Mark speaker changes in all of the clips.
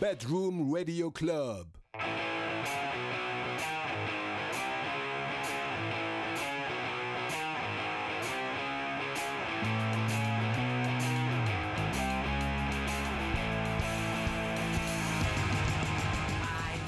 Speaker 1: Bedroom Radio Club.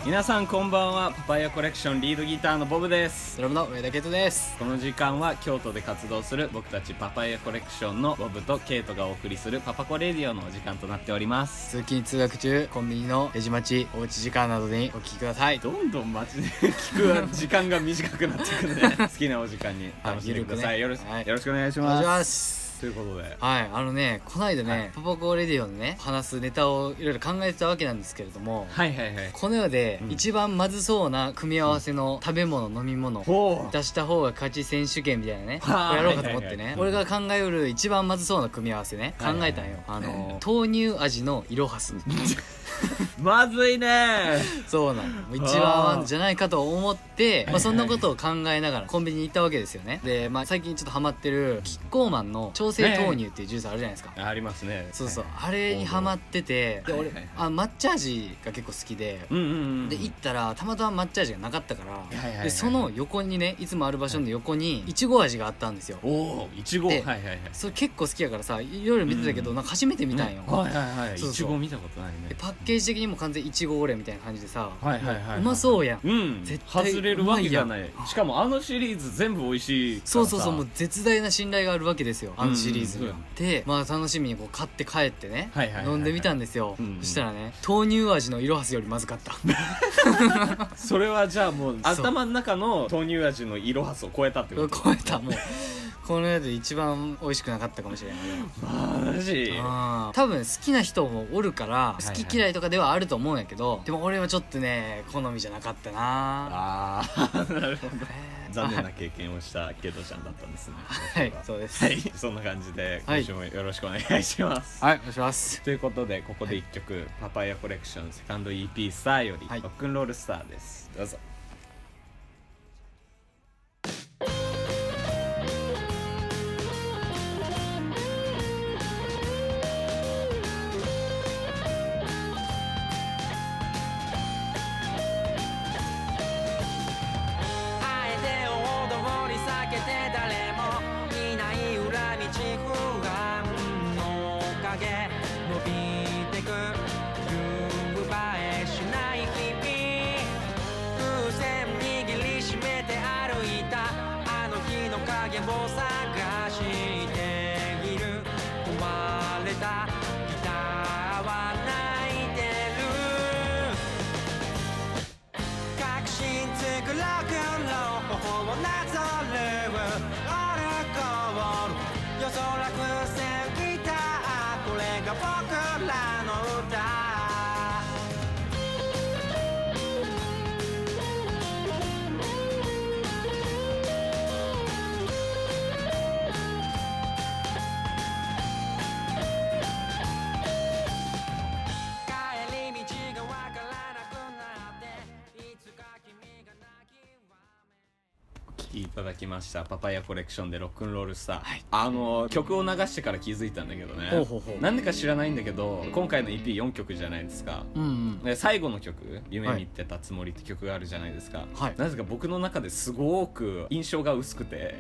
Speaker 2: 皆さんこんばんはパパイヤコレクションリードギターのボブです
Speaker 3: ドラムの上田健人です。
Speaker 2: この時間は京都で活動する僕たちパパイヤコレクションのボブとケイトがお送りするパパコレディオのお時間となっております
Speaker 3: 通勤通学中、コンビニのレジ待ち、おうち時間などにお聞きください。
Speaker 2: どんどん街で聞く時間が短くなってくるね 好きなお時間に楽しんでください、
Speaker 3: はい
Speaker 2: よ
Speaker 3: ゆ
Speaker 2: ろ
Speaker 3: る
Speaker 2: し
Speaker 3: くねはい
Speaker 2: よろしくお願いし
Speaker 3: お願
Speaker 2: ま
Speaker 3: い
Speaker 2: す
Speaker 3: します。
Speaker 2: ということで
Speaker 3: はい、あのね、こないだね、
Speaker 2: はい
Speaker 3: パパコレディオのね、話すネタをいろいろ考えてたわけなんですけれども、
Speaker 2: はいはいはい
Speaker 3: この世で
Speaker 2: うん
Speaker 3: 一番まずそうな組み合わせの食べ物、飲み物、
Speaker 2: ほ
Speaker 3: 出した方が勝ち選手権みたいなね、
Speaker 2: はあ
Speaker 3: やろうかと思って
Speaker 2: はいはい
Speaker 3: ね、
Speaker 2: はい
Speaker 3: 俺が考えうる一番まずそうな組み合わせね、考えたんよ。
Speaker 2: はいはいはい
Speaker 3: あの、豆乳味のイロハス。
Speaker 2: うまずいね
Speaker 3: そうなの一
Speaker 2: あー
Speaker 3: 番合うんじゃないかと思って、
Speaker 2: は
Speaker 3: ま
Speaker 2: い
Speaker 3: あ、そんなことを考えながらコンビニに行ったわけですよねで、まあ、最近ちょっとハマってるキッコーマンの調整豆乳っていうジュースあるじゃないですか、
Speaker 2: ありますね
Speaker 3: そうそうあれにハマっててで俺、
Speaker 2: はいはい
Speaker 3: あ抹茶味が結構好きで、
Speaker 2: うんうんうん
Speaker 3: で行ったらたまたま抹茶味がなかったから、
Speaker 2: いはいはいはい
Speaker 3: でその横にねいつもある場所の横にいちご味があったんですよ、
Speaker 2: おおいちごはい
Speaker 3: で
Speaker 2: はいはい
Speaker 3: それ結構好きやからさいろいろ見てたけど、
Speaker 2: うん
Speaker 3: なんか初めて見たんよ、
Speaker 2: はいはいはい
Speaker 3: そうそう
Speaker 2: いちご見たことないね
Speaker 3: でパッケージ的にも完全いちごオレみたいな感じでさ、
Speaker 2: はいはいはいはいう
Speaker 3: まそうやん
Speaker 2: うん
Speaker 3: 絶対
Speaker 2: 外れるわけがな
Speaker 3: う
Speaker 2: い
Speaker 3: まいやん
Speaker 2: しかもあのシリーズ全部美味しいからさ
Speaker 3: そうそうそうもう絶大な信頼があるわけですよあのシリーズには、
Speaker 2: うんうん
Speaker 3: でまあ楽しみにこう買って帰ってね、
Speaker 2: はいはいはいはい
Speaker 3: 飲んでみたんですよ、
Speaker 2: うんうん
Speaker 3: そしたらね豆乳味のいろはすよりまずかった
Speaker 2: それはじゃあもう
Speaker 3: そう
Speaker 2: 頭の中の豆乳味のイロハスを超えたって こ
Speaker 3: 超えたもうこの世で一番美味しくなかったかもしれない
Speaker 2: とマジ
Speaker 3: あー多分好きな人もおるから
Speaker 2: いはい
Speaker 3: 好き嫌いとかではあると思うんやけど、でも俺はちょっとね好みじゃなかったな
Speaker 2: ああなるほど
Speaker 3: えー
Speaker 2: 残念な経験をしたケイトちゃんだったんですね
Speaker 3: はいそうです
Speaker 2: はいそんな感じで今
Speaker 3: はい
Speaker 2: 週もよろしくお願いします
Speaker 3: はいお願いします
Speaker 2: ということでここで1曲、パパイヤコレクションセカンド EP スターより、
Speaker 3: はい
Speaker 2: ロックンロールスターですどうぞ
Speaker 4: あえて大通り避けて誰もいない裏道不安の影伸びてく夕映えしない日々偶然握りしめて歩いたあの日の影を探している壊れたギターは泣いてる確信つくロックンロール頬をなぞるアルコール夜空風船ギターこれが僕らの歌帰り道がわからなくなっていつか君が泣きわめ
Speaker 2: お聴きいただきました「パパイヤコレクション」でロックンロールスター、あの曲を流してから気づいたんだけどね
Speaker 3: ほうほうほう
Speaker 2: なんでか知らないんだけど今回の EP4 曲じゃないですか
Speaker 3: うんうん
Speaker 2: で最後の曲「夢見てたつもり」って曲があるじゃないですか、
Speaker 3: はい
Speaker 2: なぜか僕の中ですごく印象が薄くて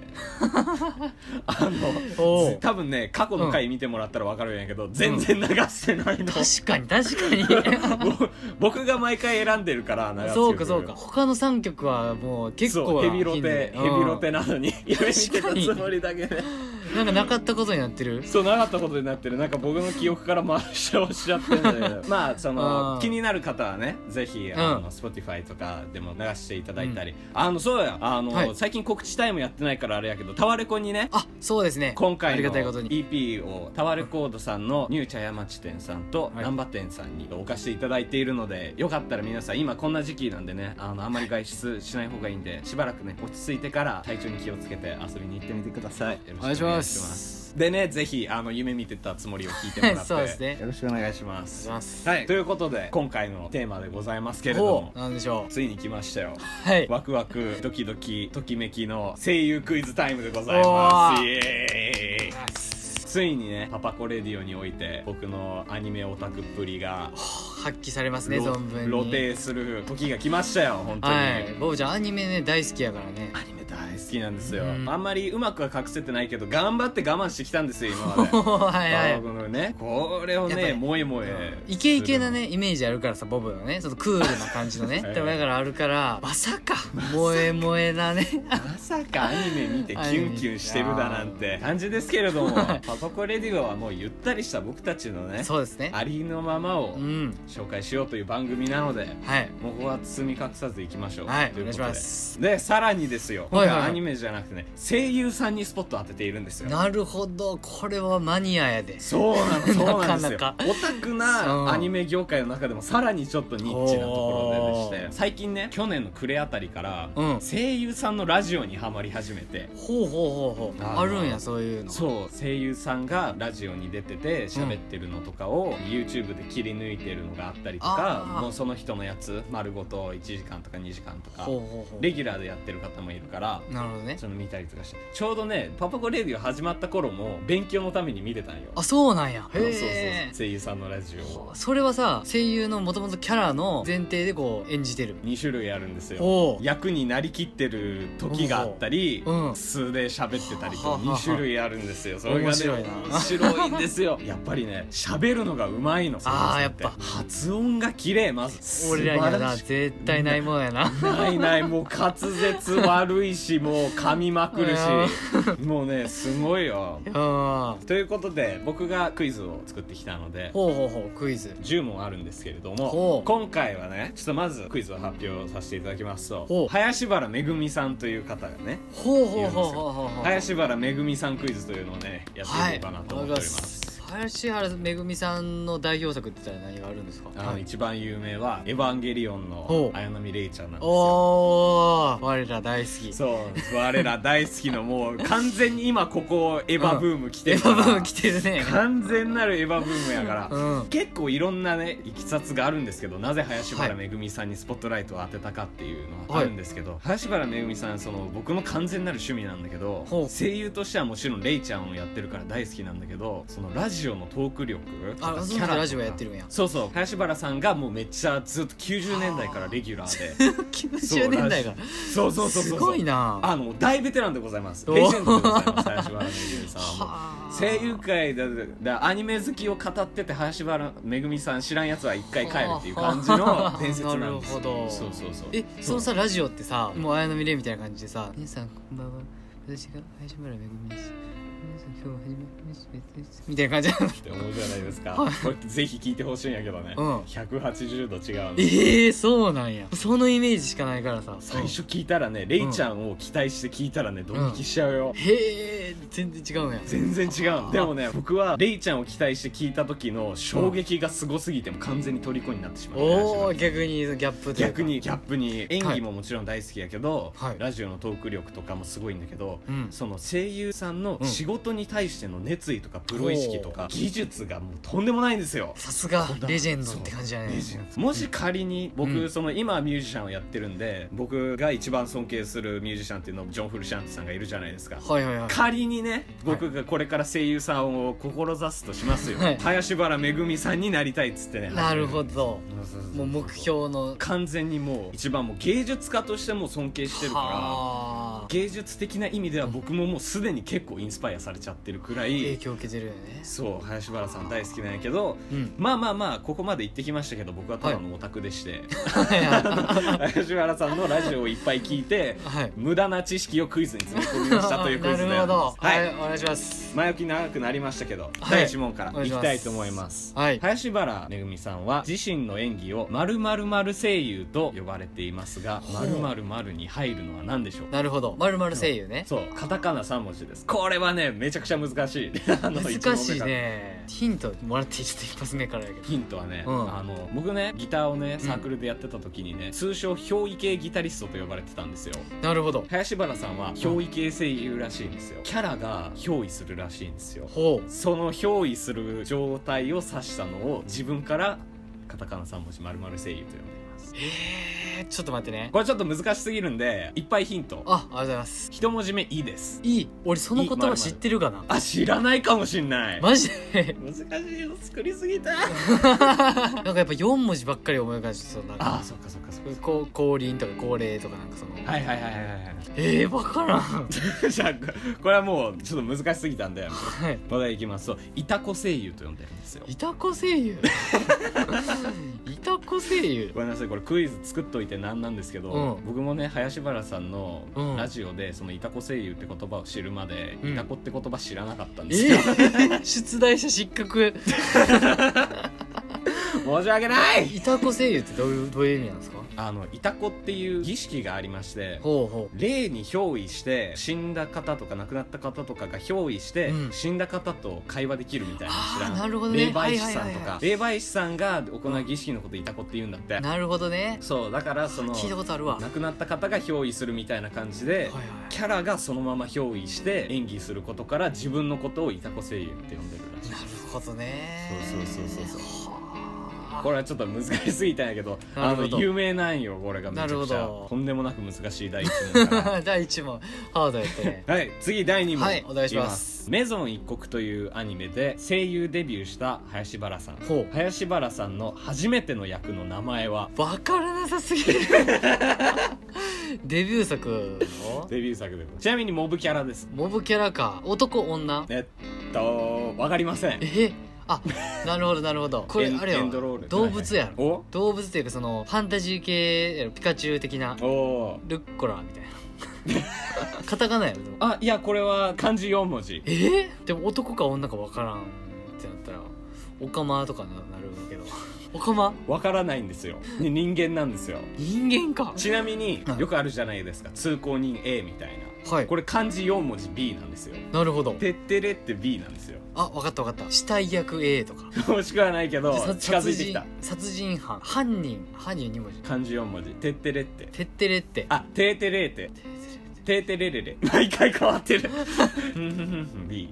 Speaker 2: あ
Speaker 3: お
Speaker 2: の
Speaker 3: う
Speaker 2: 多分ね過去の回見てもらったら分かるんやけど、全然流してない の、
Speaker 3: 確かに確かに
Speaker 2: ぼ僕が毎回選んでるから流す曲
Speaker 3: そうかそうか他の3曲はもう結
Speaker 2: そ
Speaker 3: 構
Speaker 2: うヘビロ
Speaker 3: 頻度
Speaker 2: テ
Speaker 3: で
Speaker 2: ヘビロテなのに夢見てたつもりだけで
Speaker 3: うんなんかなかったことになってる
Speaker 2: そうなかったことになってるなんか僕の記憶から回しちゃしちゃってるんだけど まあその
Speaker 3: うん
Speaker 2: 気になる方はねぜひあ
Speaker 3: うん
Speaker 2: の Spotify とかでも流していただいたり、あのそうやあの、
Speaker 3: はい
Speaker 2: 最近告知タイムやってないからあれやけどタワレコにね
Speaker 3: あそうですね
Speaker 2: 今回
Speaker 3: あり
Speaker 2: の
Speaker 3: がたいことに
Speaker 2: EP をタワレコードさんのニュー茶屋町店さんと
Speaker 3: はい
Speaker 2: 難波店さんに置かせていただいているのでよかったら皆さん今こんな時期なんでねあのあんまり外出しない方がいいんでしばらくね落ち着いてから体調に気をつけて遊びに行ってみてくださいよろしく
Speaker 3: お
Speaker 2: お
Speaker 3: 願
Speaker 2: 願
Speaker 3: い
Speaker 2: い
Speaker 3: し
Speaker 2: し
Speaker 3: ま
Speaker 2: ます
Speaker 3: す
Speaker 2: でねぜひあの夢見てたつもりを聞いてもらって
Speaker 3: そうですね
Speaker 2: よろしくお願いしま
Speaker 3: お
Speaker 2: す
Speaker 3: 願いします
Speaker 2: はいということで今回のテーマでございますけれど
Speaker 3: ほ
Speaker 2: も
Speaker 3: うなんでしょ
Speaker 2: ついに来ましたよ
Speaker 3: うはい
Speaker 2: ワクワクドキドキときめきの声優クイズタイムでございます
Speaker 3: おー
Speaker 2: イエーイついにねパパコレディオにおいて僕のアニメオタクっぷりが
Speaker 3: 発揮されますね
Speaker 2: ろ
Speaker 3: 存分
Speaker 2: 露
Speaker 3: に
Speaker 2: 呈する時が来ましたよ本当に、
Speaker 3: はいボブちゃんアニメね大好きやからね
Speaker 2: アニメ大好きなんですよ、
Speaker 3: うん
Speaker 2: あんまりうまくは隠せてないけど頑張って我慢してきたんですよ今まで
Speaker 3: はい は い
Speaker 2: あこのねこれを
Speaker 3: やっぱ
Speaker 2: ね
Speaker 3: り
Speaker 2: もえもえ
Speaker 3: イケイケなねイメージあるからさボブのねちょっとクールな感 じのね
Speaker 2: はい
Speaker 3: でもだからあるからまさか萌え萌えなね
Speaker 2: まさかアニメ見てキュンキュンしてるだなんて感じですけれどもパパコレディオはもうゆったりした僕たち のね
Speaker 3: そうですね
Speaker 2: ありのままを
Speaker 3: うん
Speaker 2: 紹介しようという番組なので
Speaker 3: はい
Speaker 2: もうここは包み隠さずいきましょう
Speaker 3: はい
Speaker 2: ということで
Speaker 3: お願いします
Speaker 2: でさらにですよ今
Speaker 3: はい
Speaker 2: 回
Speaker 3: はいはい
Speaker 2: アニメじゃなくてね声優さんにスポット当てているんですよ
Speaker 3: なるほどこれはマニアやで
Speaker 2: そうなのそうなんですよ
Speaker 3: なかなか
Speaker 2: オタク
Speaker 3: そう
Speaker 2: なアニメ業界の中でもさらにちょっとニッチなところででし
Speaker 3: お
Speaker 2: て
Speaker 3: ー
Speaker 2: 最近ね去年の暮れあたりから
Speaker 3: うん
Speaker 2: 声優さんのラジオにハマり始めて
Speaker 3: ほうほうほうほう
Speaker 2: あの
Speaker 3: あるんやそういうの
Speaker 2: そう声優さんがラジオに出てて喋ってるのとかを YouTube で切り抜いてるのがあったりと
Speaker 3: あー
Speaker 2: かもうその人のやつ丸ごと1時間とか2時間とか
Speaker 3: ほうほうほ
Speaker 2: レギュラーでやってる方もいるから
Speaker 3: うなるほどね
Speaker 2: その見たりとかしてちょうどね「パパコレディオ」始まった頃も勉強のために見てたんよ
Speaker 3: あそうなんや
Speaker 2: そうそうそう
Speaker 3: へ
Speaker 2: 声優さんのラジオを
Speaker 3: えそれはさ声優のもともとキャラの前提でこう演じてる
Speaker 2: 2種類あるんですよ
Speaker 3: ほう
Speaker 2: 役になりきってる時があったり、
Speaker 3: うん
Speaker 2: 素で喋ってたり
Speaker 3: は
Speaker 2: と
Speaker 3: はは
Speaker 2: 2種類あるん ですよそれがね
Speaker 3: 面白いな
Speaker 2: 面白いんです よやっぱりね喋るのがうまいの
Speaker 3: あー
Speaker 2: その人て
Speaker 3: やっぱ
Speaker 2: 発音が綺麗まず
Speaker 3: 俺らにはな
Speaker 2: 素晴しい
Speaker 3: 絶対ないもんやな
Speaker 2: ないない もう滑舌悪いしもう噛みまくる
Speaker 3: いや
Speaker 2: しもうねすごいよ
Speaker 3: うんほ
Speaker 2: ということで僕がクイズを作ってきたので
Speaker 3: うほうほうクイズ
Speaker 2: 10問あるんですけれど
Speaker 3: ほ
Speaker 2: も
Speaker 3: う
Speaker 2: 今回はねちょっとまずクイズを発表させていただきます
Speaker 3: ほう
Speaker 2: と林原めぐみさんという方がね
Speaker 3: ほうほうほうほうほうほう
Speaker 2: 林原めぐみさんクイズというのをねやっていこうかなと思っております。
Speaker 3: 林原めぐみさんの代表作って言ったら何があるんですか
Speaker 2: あの一番有名は「エヴァンゲリオン」
Speaker 3: ほ
Speaker 2: の
Speaker 3: う
Speaker 2: 綾波レイちゃんなんですよ。
Speaker 3: おー我ら大好き
Speaker 2: そう我ら大好きのもう完全に今ここエヴァブーム来て
Speaker 3: エ
Speaker 2: るか
Speaker 3: ヴァ
Speaker 2: ら
Speaker 3: ブーム来てるね
Speaker 2: 完全なるエヴァブームやから、
Speaker 3: うん
Speaker 2: 結構いろんなねいきさつがあるんですけどなぜ林原めぐみさんにスポットライトを当てたかっていうのはあるんですけど、林原めぐみさんその僕の完全なる趣味なんだけど
Speaker 3: ほう
Speaker 2: 声優としてはもちろんレイちゃんをやってるから大好きなんだけどそのラジオのトーク力
Speaker 3: あ
Speaker 2: とか
Speaker 3: そ
Speaker 2: キャラと
Speaker 3: の人
Speaker 2: か
Speaker 3: ラジオやってるんや
Speaker 2: そうそう林原さんがもうめっちゃずっと90年代からレギュラーでそう
Speaker 3: 90年代が
Speaker 2: ラジそうそうそうそう
Speaker 3: すごいな
Speaker 2: あの大ベテランでございます
Speaker 3: お
Speaker 2: レジェンドでございます林原めぐみさんはもう
Speaker 3: はあ
Speaker 2: 声優界だだアニメ好きを語ってて林原めぐみさん知らんやつは一回帰るっていう感じの伝説なんですよ
Speaker 3: なるほど
Speaker 2: そうそうそう
Speaker 3: えそのさラジオってさもう綾波レイみたいな感じでさ「皆さんこんばんは私が林原めぐみです皆さん今日は始めまして」みたいな感 じなの
Speaker 2: って思うじゃないですかこれぜひ聞いてほしいんやけどね、
Speaker 3: うん
Speaker 2: 180度違うの
Speaker 3: ええそうなんやそのイメージしかないからさ
Speaker 2: 最初聞いたらねレイちゃんを期待して聞いたらねドン引きしちゃうよ、
Speaker 3: へえ全然違うんや
Speaker 2: 全然違うのでもね僕はレイちゃんを期待して聞いた時の衝撃がすごすぎてもう完全に虜になってしまう
Speaker 3: おお逆にギャップというか
Speaker 2: 逆にギャップに演技ももちろん大好きやけど、
Speaker 3: はい
Speaker 2: ラジオのトーク力とかもすごいんだけど、
Speaker 3: うん
Speaker 2: その声優さんの
Speaker 3: うん
Speaker 2: 仕事に対しての熱意とかプロ意識とか技術がもうとんでもないんですよ。
Speaker 3: さすがレジェンドって感じじゃない
Speaker 2: レジェンドもし仮に僕、
Speaker 3: うん
Speaker 2: その今はミュージシャンをやってるんで僕が一番尊敬するミュージシャンっていうのはジョン・フルシャンテさんがいるじゃないですか。
Speaker 3: はいはいはい
Speaker 2: 仮にね僕がこれから声優さんを志すとしますよ、
Speaker 3: はい
Speaker 2: 林原めぐみさんになりたいっつってね
Speaker 3: なるほど
Speaker 2: そうそうそう
Speaker 3: もう目標の
Speaker 2: 完全にもう一番もう芸術家としても尊敬してるから
Speaker 3: はあ
Speaker 2: 芸術的な意味では僕ももうすでに結構インスパイアされちゃってるくら
Speaker 3: 影
Speaker 2: い
Speaker 3: 響受けてるよね
Speaker 2: そう林原さん大好きなんやけど
Speaker 3: うん
Speaker 2: まあまあまあここまで行ってきましたけど僕はただのオタクで して、
Speaker 3: はいは
Speaker 2: 林原さんのラジオをいっぱい聞いて
Speaker 3: いはい
Speaker 2: 無駄な知識をクイズに詰め込みましたというクイズで
Speaker 3: なるほど
Speaker 2: は、
Speaker 3: はいいお願いします
Speaker 2: 前置き長くなりましたけど、
Speaker 3: い
Speaker 2: 第1問から
Speaker 3: お願
Speaker 2: いき
Speaker 3: いします
Speaker 2: たいと思います
Speaker 3: はい
Speaker 2: 林原めぐみさんは自身の演技を〇〇〇声優と呼ばれていますが
Speaker 3: ほう
Speaker 2: 〇〇〇に入るのは何でしょう
Speaker 3: なるほどまるまる声優ね
Speaker 2: そうカタカナ3文字ですこれはねめちゃくちゃ難しい あの一問
Speaker 3: 難
Speaker 2: 目
Speaker 3: しい
Speaker 2: から
Speaker 3: ねヒントもらっていいちょっと一発目からやけど
Speaker 2: ヒントはね、
Speaker 3: うん
Speaker 2: あの僕ねギターをねサークルでやってた時にね、通称憑依系ギタリストと呼ばれてたんですよ
Speaker 3: なるほど
Speaker 2: 林原さんは憑依系声優らしいんですよキャラが憑依するらしいんですよ
Speaker 3: ほ
Speaker 2: その憑依する状態を指したのを自分からカタカナ3文字丸々声優と呼んでいま
Speaker 3: ますえー、ちょっと待ってね
Speaker 2: これちょっと難しすぎるんでいっぱいヒント
Speaker 3: あありがとうございます
Speaker 2: 一文字目「い」です
Speaker 3: いい俺その言葉知ってるかな
Speaker 2: あ知らないかもしんない
Speaker 3: マジで
Speaker 2: 難しいの作りすぎた
Speaker 3: なんかやっぱ4文字ばっかり思い浮かべてそうなん
Speaker 2: あ
Speaker 3: か
Speaker 2: そっかそっかそっか
Speaker 3: こう降臨とか降霊とかなんかその、
Speaker 2: はいはいはいはいはいは
Speaker 3: えー、分からん
Speaker 2: いじゃあここれはもうちょっと難しすぎたんで
Speaker 3: はい
Speaker 2: 話題いきますとイタコ声優と呼んでるんですよ
Speaker 3: いたこ 声優いたこ声優
Speaker 2: ごめんなさいこれクイズ作っといてなんなんですけど、
Speaker 3: うん
Speaker 2: 僕もね林原さんの
Speaker 3: うん
Speaker 2: ラジオでそのイタコ声優って言葉を知るまで、
Speaker 3: うん
Speaker 2: イタコって言葉知らなかったん
Speaker 3: え
Speaker 2: ですよ、
Speaker 3: ー、出題者失格
Speaker 2: 申し訳ない
Speaker 3: いたこ声優ってどういうどういう意味なんですか
Speaker 2: あのイタコっていう儀式がありまして
Speaker 3: ほうほ
Speaker 2: 霊に憑依して死んだ方とか亡くなった方とかが憑依して、
Speaker 3: うん
Speaker 2: 死んだ方と会話できるみたいな知ら
Speaker 3: あー
Speaker 2: ん
Speaker 3: なるほど
Speaker 2: 霊
Speaker 3: ね
Speaker 2: 媒師さんと
Speaker 3: はいはいはいは
Speaker 2: か
Speaker 3: い
Speaker 2: 霊媒師さんが行う儀式のことイタコって言うんだって
Speaker 3: うなるほどね
Speaker 2: そうだからその
Speaker 3: 聞いたことあるわ、
Speaker 2: 亡くなった方が憑依するみたいな感じで、
Speaker 3: はいはい
Speaker 2: キャラがそのまま憑依して演技することから自分のことをイタコ声優って呼んでるらしい
Speaker 3: なるほどね
Speaker 2: そうそうそうそう
Speaker 3: そう
Speaker 2: これはちょっと難しすぎたんやけど
Speaker 3: な
Speaker 2: あ
Speaker 3: るほ
Speaker 2: の
Speaker 3: ど
Speaker 2: 有名なんよこれがめちゃくち
Speaker 3: な
Speaker 2: ゃ
Speaker 3: るほど
Speaker 2: とんでもなく難しい第一問から
Speaker 3: 第1問ハードやったね
Speaker 2: はい次第2問
Speaker 3: はいお願いします
Speaker 2: メゾン一国というアニメで声優デビューした林原さん
Speaker 3: ほう
Speaker 2: 林原さんの初めての役の名前は
Speaker 3: わからなさすぎるデビュー作の
Speaker 2: デビュー作でございますちなみにモブキャラです
Speaker 3: モブキャラか男女
Speaker 2: えっとわかりません
Speaker 3: えあなるほどなるほど こ
Speaker 2: エ
Speaker 3: れ
Speaker 2: ン
Speaker 3: あれ
Speaker 2: エ
Speaker 3: や
Speaker 2: ンドロール
Speaker 3: 動物やろ
Speaker 2: お
Speaker 3: 動物っていうかそのファンタジー系やろピカチュウ的な
Speaker 2: おー
Speaker 3: ルッコラみたいな カタカナやろでも
Speaker 2: あいやこれは漢字4文字
Speaker 3: えーでも男か女かわからんってなったらオカマとかななるんだ けどオカマ
Speaker 2: わからないんですよで人間なんですよ
Speaker 3: 人間か
Speaker 2: ちなみに
Speaker 3: うん
Speaker 2: よくあるじゃないですか通行人 A みたいな
Speaker 3: はい
Speaker 2: これ漢字4文字 B なんですよ
Speaker 3: なるほど
Speaker 2: てってれって B なんですよ
Speaker 3: あわかったわかった死体役 A とか
Speaker 2: 惜しくはないけど
Speaker 3: さ
Speaker 2: 近づいてきた
Speaker 3: 殺人殺人犯犯人犯人2文字
Speaker 2: 漢字4文字「てってれ」って
Speaker 3: てってれって
Speaker 2: あてーてれーててーてれれれ毎回変わってるふんふんふんふん B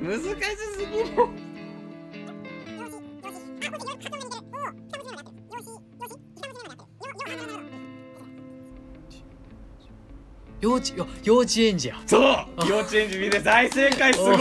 Speaker 2: 難しすぎる
Speaker 3: 幼稚いや幼稚園児や
Speaker 2: そう幼稚園児 B です大正解すごい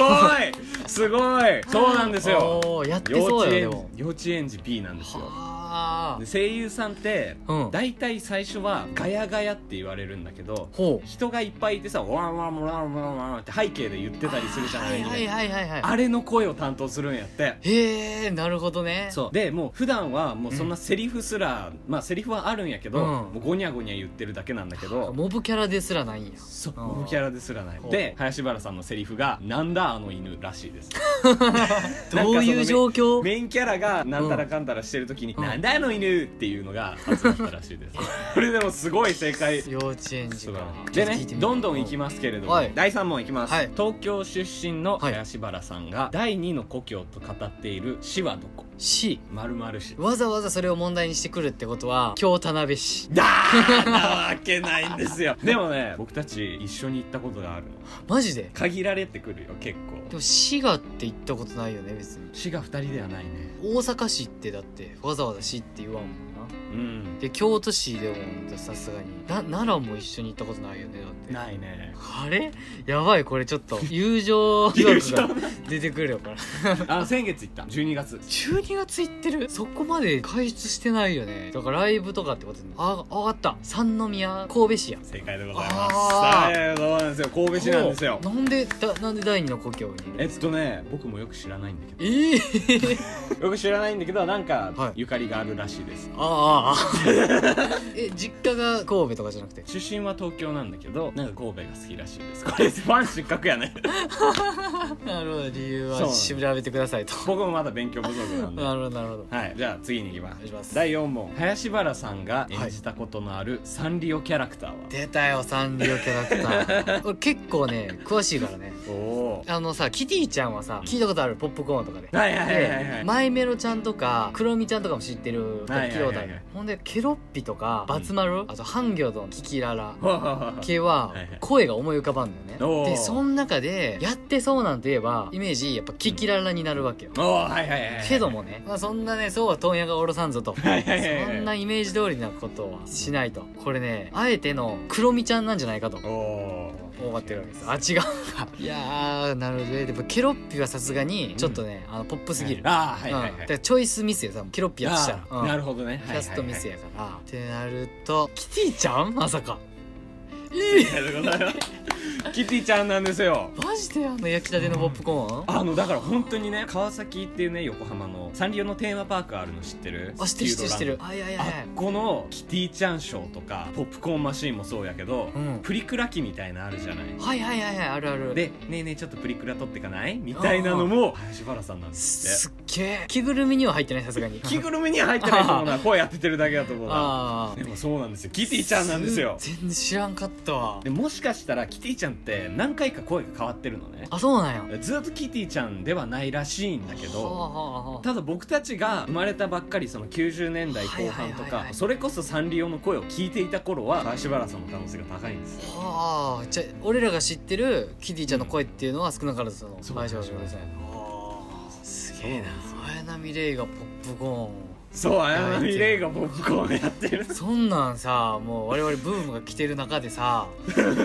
Speaker 2: すごいそうなんですよ
Speaker 3: おーやって
Speaker 2: 幼
Speaker 3: そう
Speaker 2: 稚
Speaker 3: やで
Speaker 2: 園
Speaker 3: も
Speaker 2: 幼稚園児 B なんですよ
Speaker 3: はあ
Speaker 2: で声優さんって
Speaker 3: うん
Speaker 2: 大体最初はガヤガヤって言われるんだけど
Speaker 3: ほう
Speaker 2: 人がいっぱいいてさワンワンワンワンワンって背景で言ってたりするじゃない
Speaker 3: はいはいはいはい
Speaker 2: あ
Speaker 3: は
Speaker 2: れの声を担当するんやって
Speaker 3: いへえなるほどね
Speaker 2: そうでもう普段はもうそんなセリフすら、まあセリフはあるんやけど、
Speaker 3: うん
Speaker 2: もうゴニャゴニャ言ってるだけなんだけど
Speaker 3: モブキャラですらないんや
Speaker 2: そう
Speaker 3: あー
Speaker 2: モブキャラですらない
Speaker 3: ほう
Speaker 2: で林原さんのセリフが「なんだあの犬」らしいです
Speaker 3: どういう状況
Speaker 2: メインキャラがなんたらかんたらしてる時に「
Speaker 3: うん
Speaker 2: なんだあの犬」っていうのが初だったらしい ですこれでもすごい正解
Speaker 3: 幼稚園児
Speaker 2: 素晴
Speaker 3: から
Speaker 2: しいでねどんどんいきますけれども、
Speaker 3: はい
Speaker 2: 第3問いきます、
Speaker 3: はい
Speaker 2: 東京出身の林原さんが第2の故郷と語っている市はどこ
Speaker 3: す C
Speaker 2: まるまる市
Speaker 3: わざわざそれを問題にしてくるってことは京田辺市
Speaker 2: だーなわけないんです よでもね僕たち一緒に行ったことがあるの
Speaker 3: マジで
Speaker 2: 限られてくるよ結構
Speaker 3: でも滋賀って行ったことないよね別に
Speaker 2: 市が2人ではないね
Speaker 3: 大阪市ってだってわざわざ市って言わんもんな
Speaker 2: うん
Speaker 3: で京都市でもさすがにな奈良も一緒に行ったことないよねだって
Speaker 2: ないね
Speaker 3: あれやばいこれちょっと友情疑惑が出てくるよこれ
Speaker 2: あの先月行った12月
Speaker 3: 12月行ってるそこまで外出してないよねだからライブとかってことねああわかった三宮神戸市や
Speaker 2: 正解でございます
Speaker 3: あ
Speaker 2: さ
Speaker 3: ー
Speaker 2: あそうなんですよ神戸市なんですよ
Speaker 3: ほうなんでだなんで第二の故郷にいる
Speaker 2: えっとね僕もよく知らないんだけ
Speaker 3: えー、
Speaker 2: どよく知らないんだけどなんか、
Speaker 3: はい
Speaker 2: ゆかりがあるらしいです
Speaker 3: ああああ え実家が神戸とかじゃなくて
Speaker 2: 出身は東京なんだけどなんか神戸が好きらしいですこれファン失格やね
Speaker 3: なるほど理
Speaker 2: そ
Speaker 3: 由
Speaker 2: う
Speaker 3: は
Speaker 2: なんです
Speaker 3: 調べてくださいと
Speaker 2: 僕もまだ勉強不足なんで
Speaker 3: なるほどなるほど
Speaker 2: はい、じゃあ次に行きま
Speaker 3: お
Speaker 2: す
Speaker 3: 願いします
Speaker 2: 第4問林原さんが演じたことのあるサンリオキャラクターは、
Speaker 3: 出たよサンリオキャラクター 俺結構ね詳しいからね
Speaker 2: おお
Speaker 3: あのさキティちゃんはさ聞いたことあるポップコーンとかで
Speaker 2: はいはいはいはい
Speaker 3: でマイメロちゃんとかクロミちゃんとかも知ってる
Speaker 2: はいはいはいはい
Speaker 3: 聞いたことあ
Speaker 2: はいはい
Speaker 3: ほんでケロッピとかバツマル、あとハンギョドンキキララ
Speaker 2: は
Speaker 3: 系は
Speaker 2: はいはい
Speaker 3: 声が思い浮かばんの
Speaker 2: お
Speaker 3: よ
Speaker 2: ー
Speaker 3: ねでその中でやってそうなんて言えばイメージやっぱキキララになるわけよ
Speaker 2: おおはいはいはい
Speaker 3: けどもね、まあ、そんなねそう は問屋がおろさんぞとそ
Speaker 2: はいはいはいはい
Speaker 3: んなイメージ通りなことはしないとこれねあえてのクロミちゃんなんじゃないかと
Speaker 2: おお
Speaker 3: 思ってるわけですよあ違うか いやーなるほどねでもケロッピはさすがにちょっとね、あのポップすぎる、
Speaker 2: ああはいはい
Speaker 3: うん
Speaker 2: は
Speaker 3: だ
Speaker 2: い
Speaker 3: からチョイスミスや多分ケロッピやとしたら、
Speaker 2: あー
Speaker 3: うん
Speaker 2: なるほどね
Speaker 3: キャストミス
Speaker 2: や
Speaker 3: やから、ってなるとキティちゃんまさか
Speaker 2: キティちゃんなんですよ
Speaker 3: マジであの焼きたてのポップコーン、
Speaker 2: あのだから本当にね川崎っていうね横浜のサンリオのテーマパークあるの知ってる
Speaker 3: あ知ってる知ってる知っ
Speaker 2: ス
Speaker 3: てる
Speaker 2: ピードランド
Speaker 3: あいやいやい
Speaker 2: あ
Speaker 3: や
Speaker 2: っこのキティちゃんショーとかポップコーンマシーンもそうやけど、
Speaker 3: うん
Speaker 2: プリクラ機みたいなあるじゃない
Speaker 3: はいはいはいはいあるある
Speaker 2: で「ねえねえちょっとプリクラ撮ってかない?」みたいなのも林原さんなんですっ
Speaker 3: すっげえ着ぐるみには入ってないさすがに
Speaker 2: て着ぐるみには入ってないと思うな 声当ててるだけだと思うな
Speaker 3: ああ
Speaker 2: でもそうなんですよキティちゃんなんですよ
Speaker 3: 全然知らんかったわ
Speaker 2: でもしかしたらキティちゃんって何回か声が変わってるのね
Speaker 3: あそうなんや
Speaker 2: ずっとキティちゃんではないらしいんだけ
Speaker 3: は
Speaker 2: ど
Speaker 3: あはあはあ
Speaker 2: ただ僕たちが生まれたばっかりその90年代後半と
Speaker 3: はいはいはい
Speaker 2: か
Speaker 3: はい
Speaker 2: それこそサンリオの声を聞いていた頃は林原さんの可能性が高いんですよ
Speaker 3: はあじゃあ俺らが知ってるキティちゃんの声っていうのは少なからずその
Speaker 2: そう
Speaker 3: 前島
Speaker 2: そう
Speaker 3: さんすげえな
Speaker 2: そう
Speaker 3: 綾波レイがポップコ
Speaker 2: そう綾波レイがポップコーンやってる
Speaker 3: ーンそんなんさもう我々ブームが来てる中 でさ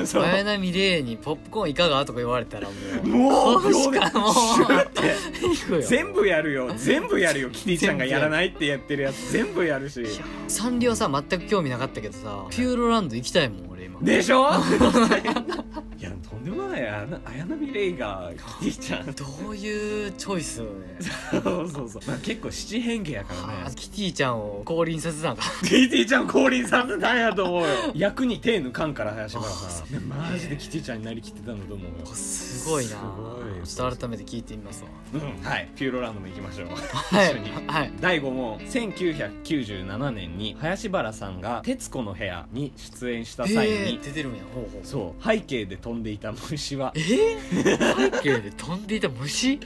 Speaker 2: そう
Speaker 3: 綾波レイに「ポップコーンいかが?」とか言われたらもう
Speaker 2: もう
Speaker 3: こうしかもう
Speaker 2: シュッて
Speaker 3: 行くよ
Speaker 2: 全部やるよ全部やるよキティちゃんがやらないってやってるやつ全部やるし
Speaker 3: いやサンリオさ全く興味なかったけどさピューロランド行きたいもん俺今
Speaker 2: でしょ いやとんでもないあな綾波レイがキティちゃん
Speaker 3: どういうチョイスをね
Speaker 2: そうそうそう、まあ、結構七変化やから
Speaker 3: あ
Speaker 2: ね
Speaker 3: キティちゃんを降臨させたんか
Speaker 2: キティちゃん降臨させたんやと思うよ 役に手抜かんから林原さんねマジでキティちゃんになりきってたんだと思うよ
Speaker 3: すごいな
Speaker 2: すごい
Speaker 3: ちょっと改めて聞いてみますわ
Speaker 2: うんはいピューロランドも行きましょう
Speaker 3: はい
Speaker 2: 一緒に
Speaker 3: はい
Speaker 2: 第5問1997年に林原さんが『徹子の部屋』に出演した際
Speaker 3: え
Speaker 2: に
Speaker 3: ー、出てるんやほうほう
Speaker 2: そう背景で飛んでいた虫は
Speaker 3: えー、背景で飛んでいた虫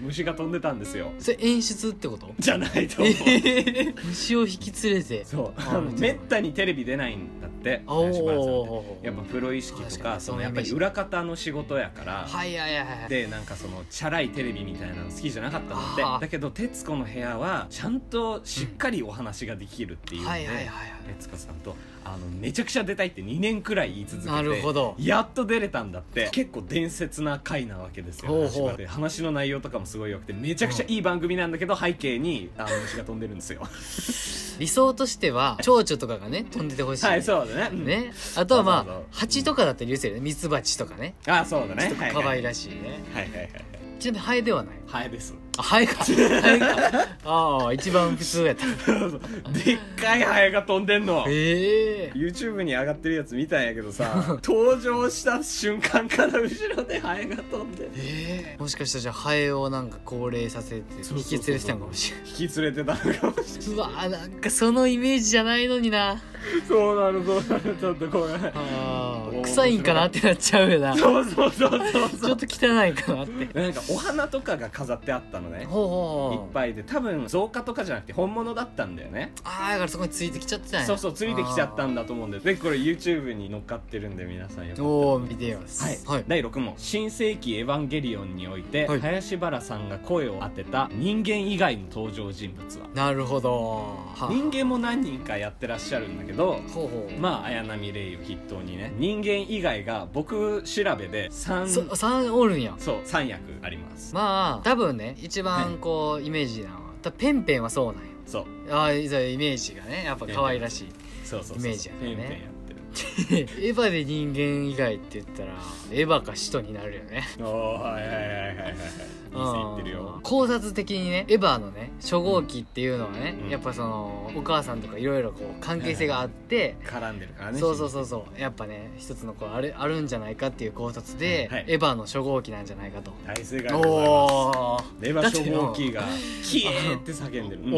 Speaker 2: 虫が飛んでたんですよ
Speaker 3: それ演出ってこと
Speaker 2: じゃないと思う
Speaker 3: えー、虫を引き連れて
Speaker 2: そう
Speaker 3: あ
Speaker 2: あのめったにテレビ出ないんだって
Speaker 3: あお
Speaker 2: 林原さんって
Speaker 3: お
Speaker 2: やっぱプロ意識と
Speaker 3: 確
Speaker 2: か
Speaker 3: かに
Speaker 2: そのやっぱり
Speaker 3: そのイメー
Speaker 2: 裏
Speaker 3: ジ
Speaker 2: 方の仕事やから
Speaker 3: はいはいはいはい
Speaker 2: でなんかそのチャラいテレビみたいなの好きじゃなかったのって
Speaker 3: あー
Speaker 2: だけど『徹子の部屋』はちゃんとしっかりお話ができるっていうの
Speaker 3: はいはいはい
Speaker 2: で
Speaker 3: はい
Speaker 2: 徹子さんとあのめちゃくちゃ出たいって2年くらい言い続けて
Speaker 3: なるほど
Speaker 2: やっと出れたんだって結構伝説な回なわけですよ
Speaker 3: ほうほう
Speaker 2: 話はで話の内容とかもすごい良くてめちゃくちゃいい番組なんだけど背景にあの虫が飛んでるんですよ
Speaker 3: 理想としては蝶々とかがね飛んでてほし い、
Speaker 2: はいそうだねうん
Speaker 3: ねあとはま
Speaker 2: そうそう
Speaker 3: あ
Speaker 2: そう
Speaker 3: 蜂とかだったら許せるよねミツバチとかね
Speaker 2: あそうだね
Speaker 3: ちょっと
Speaker 2: はい
Speaker 3: 可
Speaker 2: は
Speaker 3: 愛
Speaker 2: い
Speaker 3: らしいね、
Speaker 2: はいはいはい
Speaker 3: ちなみにハエではない
Speaker 2: ハエです
Speaker 3: あハエかハエかああ一番普通やった
Speaker 2: でっかいハエが飛んでんの
Speaker 3: ええ
Speaker 2: YouTube に上がってるやつ見たんやけど さ登場した瞬間から後ろでハエが飛んで
Speaker 3: ええもしかしたらじゃあハエをなんか高齢させて
Speaker 2: そうそう
Speaker 3: 引
Speaker 2: そう
Speaker 3: き連れてたんかもしれない
Speaker 2: 引き連れてたのかもしれないう
Speaker 3: わーなんかそのイメージじゃないのにな
Speaker 2: そうなるそうなるちょっとごめん
Speaker 3: あ
Speaker 2: おー
Speaker 3: ー臭いんかなってなっちゃうよなち
Speaker 2: そうそうそうそう
Speaker 3: ょっと汚いかなって
Speaker 2: なんかお花とかが飾ってあったのね
Speaker 3: ほう
Speaker 2: いっ
Speaker 3: ほうい
Speaker 2: ぱいで多分造花とかじゃなくて本物だったんだよね
Speaker 3: ああだからそこについてきちゃってたんや
Speaker 2: そうそうついてきちゃったんだと思うんででこれ YouTube に乗っかってるんで皆さんよかったら
Speaker 3: おお見てよ
Speaker 2: はい、
Speaker 3: はい
Speaker 2: 第6問「新世紀エヴァンゲリオン」において、
Speaker 3: はい
Speaker 2: 林原さんが声を当てた人間以外の登場人物は
Speaker 3: なるほどはあ
Speaker 2: 人間も何人かやってらっしゃるんだけど
Speaker 3: ほうほう
Speaker 2: まあ綾波レイを筆頭にね人間以外が僕調べで3
Speaker 3: そ3おるんや
Speaker 2: そう三役あります
Speaker 3: まあ多分ね一番こうイメージなのは多分ペンペンはそうなんや
Speaker 2: そう
Speaker 3: ああそうイメージがねやっぱ可愛らしい
Speaker 2: そうそうそう
Speaker 3: イメージや
Speaker 2: ね
Speaker 3: ね
Speaker 2: ペンペンやってる
Speaker 3: エヴァで人間以外って言ったらエヴァか使徒になるよね
Speaker 2: おおはいはいはいはいはいはい店行ってる
Speaker 3: うん
Speaker 2: よ
Speaker 3: 考察的にねエヴァのね初号機っていうのはね、
Speaker 2: うん
Speaker 3: やっぱそのお母さんとかいろいろこう関係性があって、
Speaker 2: 絡んでるからね
Speaker 3: そうそうそうそうやっぱね一つのこうあれあるんじゃないかっていう考察で、
Speaker 2: はい
Speaker 3: エヴァの初号機なんじゃないかと、
Speaker 2: 大正解でございま
Speaker 3: おー
Speaker 2: すレバー初号機が「キエー!」って叫んでる、うん
Speaker 3: お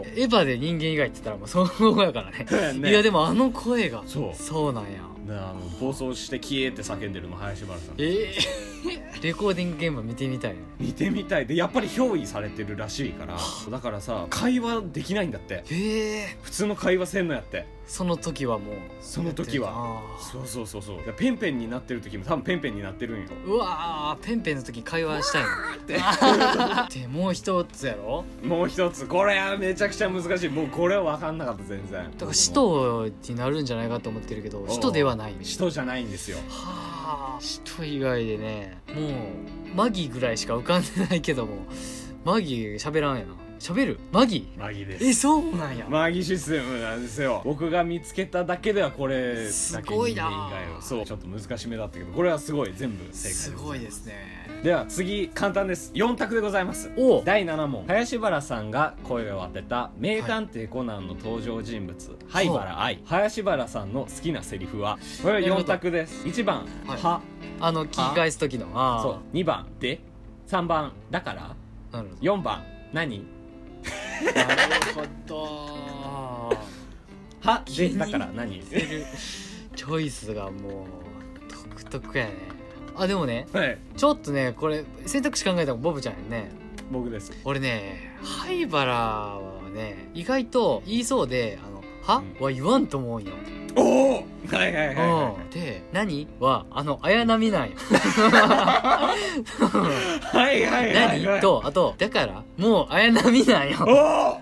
Speaker 3: おエヴァで人間以外って言ったらもうそのままやから ね
Speaker 2: ね
Speaker 3: いやでもあの声が
Speaker 2: そう
Speaker 3: そうなんや
Speaker 2: なあの暴走して消えって叫んでるの林原さん
Speaker 3: えー レコーディング現場見てみたいな
Speaker 2: 見てみたいでやっぱり憑依されてるらしいからだからさ会話できないんだって
Speaker 3: ええ
Speaker 2: 普通の会話せんのやって
Speaker 3: その時はもう
Speaker 2: その時は
Speaker 3: あー
Speaker 2: そうそうそうそうだからペンペンになってる時も多分ペンペンになってるんよ
Speaker 3: うわーペンペンの時会話したいなでもう一つやろ
Speaker 2: もう一つこれはめちゃくちゃ難しいもうこれは分かんなかった全然
Speaker 3: だから使徒になるんじゃないかと思ってるけど
Speaker 2: ん
Speaker 3: 使徒ではないは
Speaker 2: 人じゃないんですよ
Speaker 3: あ使徒以外でねもうマギぐらいしか浮かんでないけどもマギ喋らんやな喋るマギ
Speaker 2: マギです
Speaker 3: えそうなんや
Speaker 2: マギシステムなんですよ僕が見つけただけではこれ
Speaker 3: すごいな
Speaker 2: だけ人間以外をそうちょっと難しめだったけどこれはすごい全部正解です
Speaker 3: ごいですね
Speaker 2: では次簡単です4択でございます
Speaker 3: おう
Speaker 2: 第7問林原さんが声を当てた名探偵コナンの登場人物、灰原愛林原さんの好きなセリフはこれは4択です1番「
Speaker 3: はい
Speaker 2: は
Speaker 3: あの聞き返す時の」あ
Speaker 2: そう2番「で」3番「だから」
Speaker 3: あなるほ
Speaker 2: 4番「何?
Speaker 3: どなるほど」
Speaker 2: 「は」「
Speaker 3: 急
Speaker 2: で」「
Speaker 3: に
Speaker 2: だから 何?
Speaker 3: 似てるチョイスがもう独特やねあでもね」
Speaker 2: はい
Speaker 3: ちょっとねこれ選択肢考えたのボブちゃんやね
Speaker 2: 僕です
Speaker 3: 俺ね灰原はね意外と言いそうで「あのは?
Speaker 2: うん」
Speaker 3: は言わんと思うんよ。
Speaker 2: おおはいはいはい、はい
Speaker 3: うんで「何?」はあの綾波なん よ。
Speaker 2: はいはいはいはい
Speaker 3: 何とあと「だから」もう綾波な ん
Speaker 2: お
Speaker 3: よ。
Speaker 2: お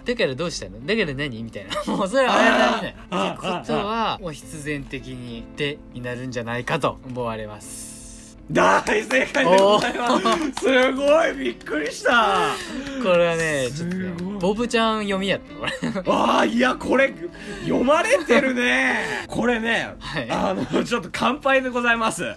Speaker 3: だからどうしたのだから何みたいな。もうそれは綾波なんよ。
Speaker 2: あー
Speaker 3: ってことはもう必然的に「で」になるんじゃないかと思われます。
Speaker 2: 大正解でございますすごいびっくりした
Speaker 3: これはねちょっとね
Speaker 2: すごい
Speaker 3: ボブちゃん読みやったこれ。
Speaker 2: ああいやこれ読まれてるねこれね
Speaker 3: はい
Speaker 2: あのちょっと乾杯でございます
Speaker 3: は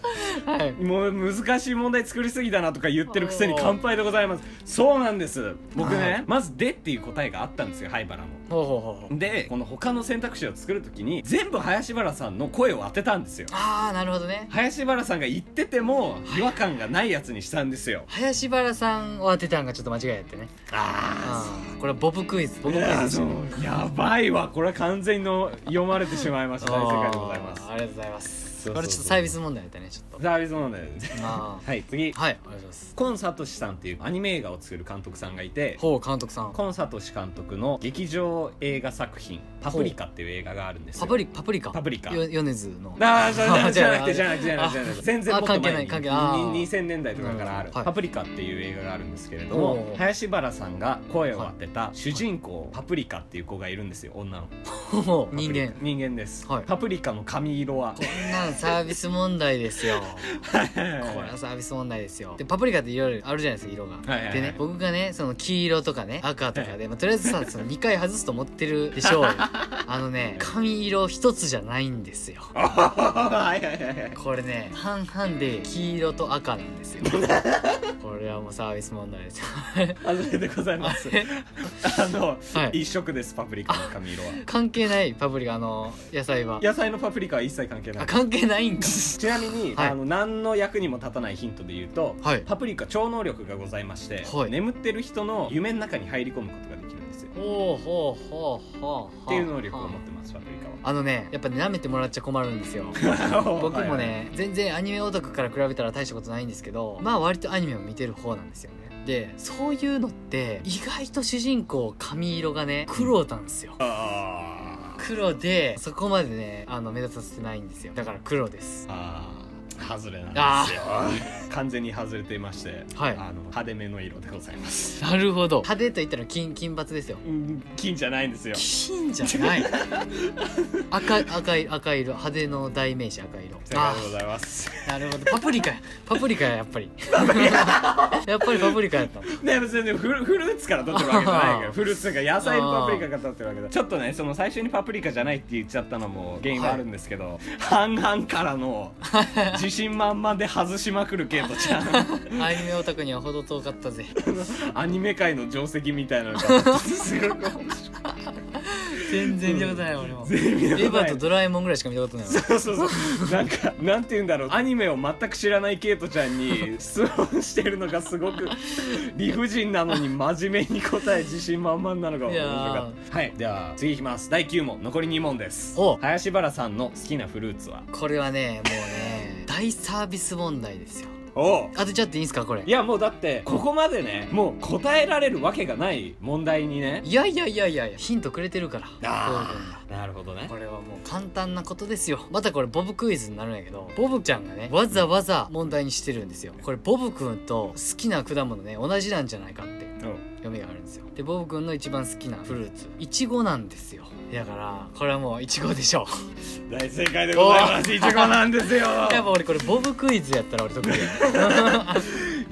Speaker 3: い
Speaker 2: もう難しい問題作りすぎだなとか言ってるくせに
Speaker 3: おー
Speaker 2: 乾杯でございますそうなんです僕
Speaker 3: は
Speaker 2: ね
Speaker 3: い
Speaker 2: まず「で」っていう答えがあったんですよ灰原も
Speaker 3: ほうほうほうほう。
Speaker 2: でこの他の選択肢を作るときに全部林原さんの声を当てたんですよ
Speaker 3: ああなるほどね
Speaker 2: 林原さんが言ってても違和感がないやつにしたんですよ
Speaker 3: 林原さんを当てたんがちょっと間違いやってね
Speaker 2: あ
Speaker 3: うんこれボブクイズボ
Speaker 2: い
Speaker 3: ブクイズ
Speaker 2: や
Speaker 3: でしたね
Speaker 2: そうやばいわこれは完全の読まれてしまいました大正解でございます
Speaker 3: あーありがとうございます
Speaker 2: そうそうそう
Speaker 3: これちょっとサービス問題やったねちょっと
Speaker 2: サービス問題です
Speaker 3: あ
Speaker 2: はい次
Speaker 3: ーはいお願いします
Speaker 2: コンサトシさんっていうアニメ映画を作る監督さんがいて
Speaker 3: ほう監督さん
Speaker 2: コンサトシ監督の劇場映画作品「パプリカ」っていう映画があるんですよ
Speaker 3: パプリパプリカ
Speaker 2: パプリカ
Speaker 3: よ米津の
Speaker 2: ああそれ
Speaker 3: あ
Speaker 2: じゃ
Speaker 3: 違う
Speaker 2: なくてじゃなくてじゃなくてじゃなくて全然もっと
Speaker 3: 関係な
Speaker 2: 前
Speaker 3: い
Speaker 2: に
Speaker 3: 関係ないあー
Speaker 2: に2000年代とかからある「
Speaker 3: はい
Speaker 2: パプリカ」っていう映画があるんですけれども
Speaker 3: おー
Speaker 2: 林原さんが声を当てた主人公パプリカっていう子がいるんですよ女の子
Speaker 3: ほう人間
Speaker 2: 人間です
Speaker 3: はい
Speaker 2: パプリカの髪色は
Speaker 3: こんなんサービス問題ですよこれはサービス問題ですよでパプリカっていろいろあるじゃないですか色が、
Speaker 2: はいはい
Speaker 3: でね僕がねその黄色とかね赤と かで、まあ、とりあえずさその2回外すと思ってるでしょうよあのね髪色一つじゃないんですよ
Speaker 2: はいはいはいはい
Speaker 3: これね半々で黄色と赤なんで すよこれはもうサービス問題ですよ
Speaker 2: 外れでございます
Speaker 3: れ
Speaker 2: あの、
Speaker 3: はい
Speaker 2: 一色ですパプリカの髪色は
Speaker 3: 関係ないパプリカあの野菜は
Speaker 2: 野菜のパプリカは一切関係な
Speaker 3: あ
Speaker 2: い
Speaker 3: 関係な いんか
Speaker 2: ちなみに、
Speaker 3: はい
Speaker 2: あの何の役にも立たないヒントで言うと、
Speaker 3: はい
Speaker 2: パプリカ超能力がございまして、
Speaker 3: はい
Speaker 2: 眠ってる人の夢の中に入り込むことができるんですよ
Speaker 3: ほうほうほうほうほう
Speaker 2: っていう能力を持ってますパプリ
Speaker 3: あのねやっぱね舐めてもらっちゃ困るんですよ
Speaker 2: カは
Speaker 3: 僕も
Speaker 2: はいはい
Speaker 3: ね全然アニメオタクから比べたら大したことないんですけどまあ割とアニメを見てる方なんですよねでそういうのって意外と主人公髪色がね黒なんですよ
Speaker 2: あー
Speaker 3: 黒でそこまでねあの目立たせてないんですよだから黒です
Speaker 2: あー外れなんですよ完全に外れていまして、
Speaker 3: はい
Speaker 2: あの派手めの色でございます
Speaker 3: なるほど派手と言ったら金金髪ですよ
Speaker 2: うん金じゃないんですよ
Speaker 3: 金じゃない 赤赤い赤色派手の代名詞赤色
Speaker 2: 正
Speaker 3: あ
Speaker 2: 解でございます
Speaker 3: ーなるほどパプリカやパプリカややっぱり やっぱりパプリカやった
Speaker 2: ね別にフルフルーツから取ってるわけじゃないから
Speaker 3: あー
Speaker 2: フルーツが野菜のパプリカから取ってるわけだちょっとねその最初にパプリカじゃないって言っちゃったのも原因はあるんですけど、半々からの自信満々で外しまくるケイトちゃん
Speaker 3: アニメオタクにはほど遠かったぜ
Speaker 2: アニメ界の定石みたいなのがすごい
Speaker 3: 全然見たことない俺もエ
Speaker 2: 全然見た
Speaker 3: ヴ
Speaker 2: ことな
Speaker 3: ァ
Speaker 2: い
Speaker 3: とドラえもんぐらいしか見たことないわ
Speaker 2: そうそう そうなんかなんて言うんだろうアニメを全く知らないケイトちゃん に質問してるのがすごく理不尽なのに真面目に答え自信満々なのが面白かったはいでは次いきます第9問残り2問です
Speaker 3: お
Speaker 2: 林原さんの好きなフルーツは
Speaker 3: これはねもうね大サービス問題ですよ
Speaker 2: おう
Speaker 3: 当てちゃっていいんですかこれ
Speaker 2: いやもうだってここまでねもう答えられるわけがない問題にね
Speaker 3: いやいやいやいやいやヒントくれてるからゴールドに
Speaker 2: ああなるほどね
Speaker 3: これはもう簡単なことですよまたこれボブクイズになるんやけどボブちゃんがねわざわざ問題にしてるんですよこれボブくんと好きな果物ね同じなんじゃないかって
Speaker 2: うん
Speaker 3: 読みがあるんですよでボブくんの一番好きなフルーツいちごなんですよだからこれはもういちごでしょ
Speaker 2: 大正解でございますいちごなんですよ
Speaker 3: うやっぱ俺これボブクイズやったら俺得意や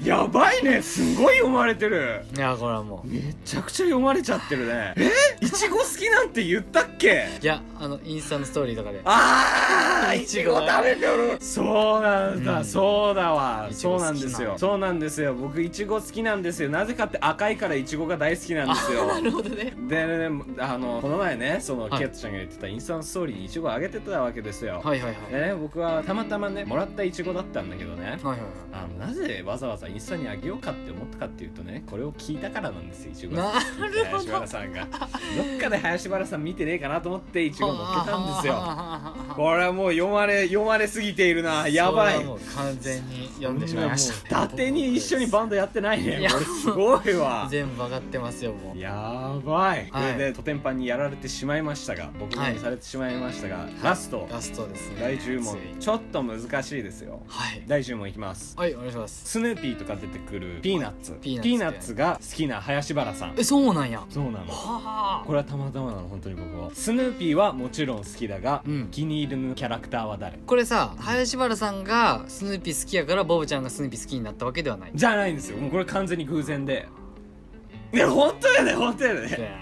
Speaker 2: やばいねすごい読まれてる
Speaker 3: いやこれはもう
Speaker 2: めちゃくちゃ読まれちゃってるねえいちご好きなんて言ったっけ
Speaker 3: いやあのインスタのストーリーとかで
Speaker 2: あーい
Speaker 3: い
Speaker 2: ち
Speaker 3: ち
Speaker 2: ご
Speaker 3: ご
Speaker 2: 食べてるそうなんだ、
Speaker 3: うん
Speaker 2: そうだわ
Speaker 3: いち
Speaker 2: そ
Speaker 3: ご
Speaker 2: うな
Speaker 3: 好きなん
Speaker 2: んですよそうなんですよ僕いちご好きなんですよなぜかって赤いからいちごが大好きなんですよ
Speaker 3: なるほどね
Speaker 2: でねあのこの前ねその
Speaker 3: はい
Speaker 2: ケイトちゃんが言ってたインスタのストーリーにいちごあげてたわけですよ、
Speaker 3: はいはいはい
Speaker 2: でね僕はたまたまねもらったいちごだったんだけどね
Speaker 3: はいはい
Speaker 2: あのなぜわざわざインスタにあげようかって思ったかっていうとねこれを聞いたからなんですよいちご
Speaker 3: はいなるほ
Speaker 2: 林
Speaker 3: ど
Speaker 2: 原さんがどっかで林原さん見てねえかなと思っていちご乗っけたんですよこれはもう読まれ読まれすぎているなやばい
Speaker 3: それはもう完全に読んでしまいまし
Speaker 2: こんな
Speaker 3: た
Speaker 2: もう伊達に一緒にバンドやってない
Speaker 3: い
Speaker 2: ね
Speaker 3: や
Speaker 2: これすごいわ
Speaker 3: 全部上がってますよもう
Speaker 2: やばい、
Speaker 3: はい
Speaker 2: これでとてんぱんにやられてしまいましたが僕
Speaker 3: は
Speaker 2: に
Speaker 3: い
Speaker 2: されてしまいましたが、ラスト
Speaker 3: ラストですね
Speaker 2: 第10問
Speaker 3: ついに
Speaker 2: ちょっと難しいですよ
Speaker 3: はい
Speaker 2: 第10問いきます
Speaker 3: はいお願いします
Speaker 2: スヌーピーとか出てくるピーナッツ
Speaker 3: ピーナッツ
Speaker 2: が好きな林原さん
Speaker 3: えそうなんや
Speaker 2: そうなの
Speaker 3: は
Speaker 2: これはたまたまなの本当に僕はスヌーピーはもちろん好きだが、
Speaker 3: うん
Speaker 2: 気に入るキャラクターは誰
Speaker 3: これさ林原さんがスヌーピー好きやからボブちゃんがスヌーピー好きになったわけではない
Speaker 2: じゃないんですよもうこれ完全に偶然でいや本当やね本当や
Speaker 3: い
Speaker 2: ね
Speaker 3: や